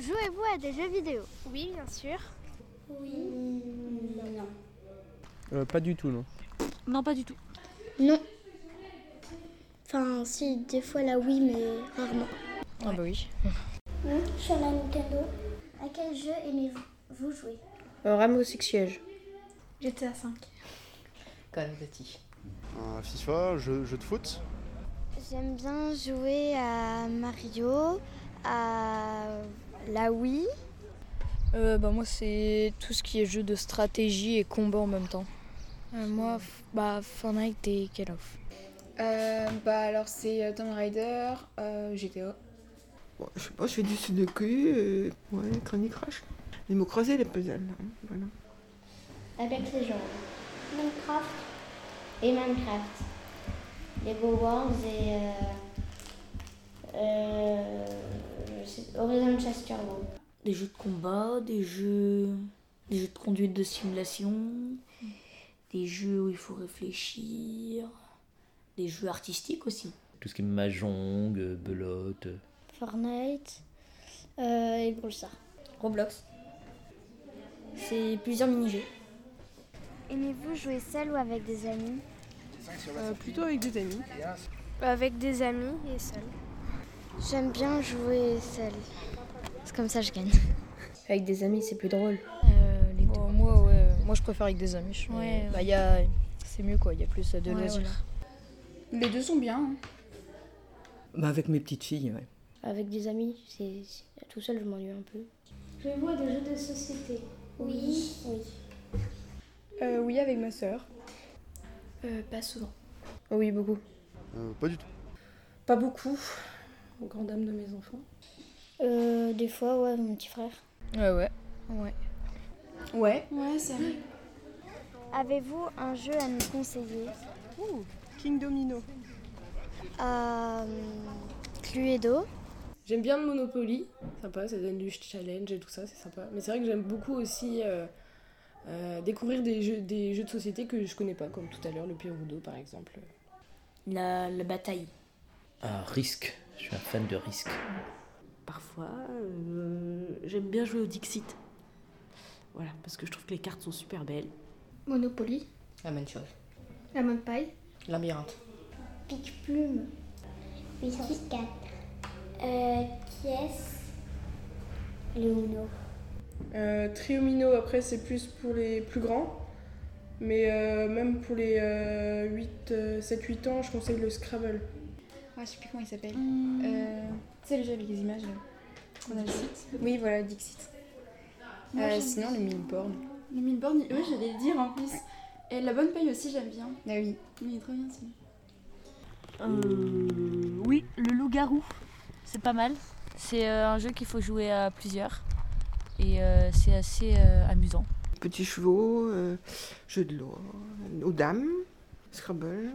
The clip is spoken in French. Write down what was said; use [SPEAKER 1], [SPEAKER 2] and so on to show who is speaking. [SPEAKER 1] Jouez-vous à des jeux vidéo
[SPEAKER 2] Oui, bien sûr.
[SPEAKER 3] Euh, pas du tout, non.
[SPEAKER 4] Non, pas du tout.
[SPEAKER 5] Non. Enfin, si, des fois là oui, mais rarement.
[SPEAKER 6] Ah bah oui.
[SPEAKER 5] Sur la Nintendo, à quel jeu aimez-vous jouer
[SPEAKER 6] Euh, Rainbow Six Siege.
[SPEAKER 2] J'étais à 5.
[SPEAKER 7] Call of Duty.
[SPEAKER 8] Un FIFA, jeu, jeu de foot.
[SPEAKER 1] J'aime bien jouer à Mario, à la Wii.
[SPEAKER 6] Euh, bah moi c'est tout ce qui est jeu de stratégie et combat en même temps. Euh, moi, f- bah Fortnite et Call of.
[SPEAKER 2] bah alors c'est euh, Tomb Raider, euh, GTA.
[SPEAKER 9] Bon, je sais pas, je fais du sudoku, euh, ouais, Candy Crush. Les mots croisés, les puzzles, hein, voilà.
[SPEAKER 5] Avec les gens. Minecraft et Minecraft. Lego Wars et. euh, Horizon Chess Turbo.
[SPEAKER 10] Des jeux de combat, des jeux, des jeux de conduite de simulation, des jeux où il faut réfléchir, des jeux artistiques aussi.
[SPEAKER 7] Tout ce qui est mahjong, euh, belote. euh,
[SPEAKER 5] Fortnite euh, et Brulsa.
[SPEAKER 6] Roblox.
[SPEAKER 10] C'est plusieurs mini-jeux.
[SPEAKER 1] Aimez-vous jouer seul ou avec des amis
[SPEAKER 9] Euh, plutôt avec des amis.
[SPEAKER 2] Avec des amis et seul.
[SPEAKER 1] J'aime bien jouer seul. C'est comme ça que je gagne.
[SPEAKER 6] Avec des amis, c'est plus drôle.
[SPEAKER 10] Bon,
[SPEAKER 6] Euh, moi, ouais, euh, moi je préfère avec des amis. je trouve.
[SPEAKER 10] Ouais,
[SPEAKER 6] Bah, y a... C'est mieux quoi, il y a plus de loisirs.
[SPEAKER 2] Les deux sont bien. hein.
[SPEAKER 11] Bah avec mes petites filles, ouais.
[SPEAKER 5] Avec des amis, c'est c'est- tout seul je m'ennuie un peu. Jouez-vous à des jeux de société Oui. Oui.
[SPEAKER 2] Euh, oui, avec ma sœur. Euh,
[SPEAKER 10] pas souvent.
[SPEAKER 6] Oh Oui, beaucoup.
[SPEAKER 8] Euh, pas du tout.
[SPEAKER 4] Pas beaucoup. Au grand dame de mes enfants.
[SPEAKER 5] Euh, des fois, ouais, mon petit frère.
[SPEAKER 6] Ouais, ouais.
[SPEAKER 4] Ouais.
[SPEAKER 2] Ouais, c'est vrai.
[SPEAKER 1] Avez-vous un jeu à nous conseiller
[SPEAKER 9] King Domino.
[SPEAKER 1] Euh, Cluedo.
[SPEAKER 4] J'aime bien le Monopoly. Sympa, ça donne du challenge et tout ça, c'est sympa. Mais c'est vrai que j'aime beaucoup aussi euh, euh, découvrir des jeux, des jeux de société que je connais pas, comme tout à l'heure le Piroudo par exemple.
[SPEAKER 10] La, la bataille.
[SPEAKER 7] Ah, risque. Je suis un fan de risque.
[SPEAKER 12] Parfois, euh, j'aime bien jouer au Dixit. Voilà, parce que je trouve que les cartes sont super belles.
[SPEAKER 2] Monopoly,
[SPEAKER 7] La même chose.
[SPEAKER 2] la même paille.
[SPEAKER 7] Labyrinthe.
[SPEAKER 5] Pique-plume. 804. Euh, qui est-ce Léono.
[SPEAKER 12] Euh, Triomino, après, c'est plus pour les plus grands. Mais euh, même pour les euh, 7-8 ans, je conseille le Scrabble.
[SPEAKER 2] Ah, je sais plus comment il s'appelle. c'est le jeu avec les images. On a Hmm. le Euh, site.
[SPEAKER 4] Oui, voilà, Dixit. sinon, le Milborn.
[SPEAKER 2] Le Milborn, oui, j'allais le dire en plus. Et la bonne paille aussi, j'aime bien.
[SPEAKER 4] Ah oui.
[SPEAKER 2] Il est trop bien celui
[SPEAKER 5] Ah.
[SPEAKER 10] oui, le loup-garou. C'est pas mal. C'est euh, un jeu qu'il faut jouer à plusieurs. Et euh, c'est assez euh, amusant.
[SPEAKER 9] Petits chevaux, euh, jeu de l'eau, aux dames, Scrabble,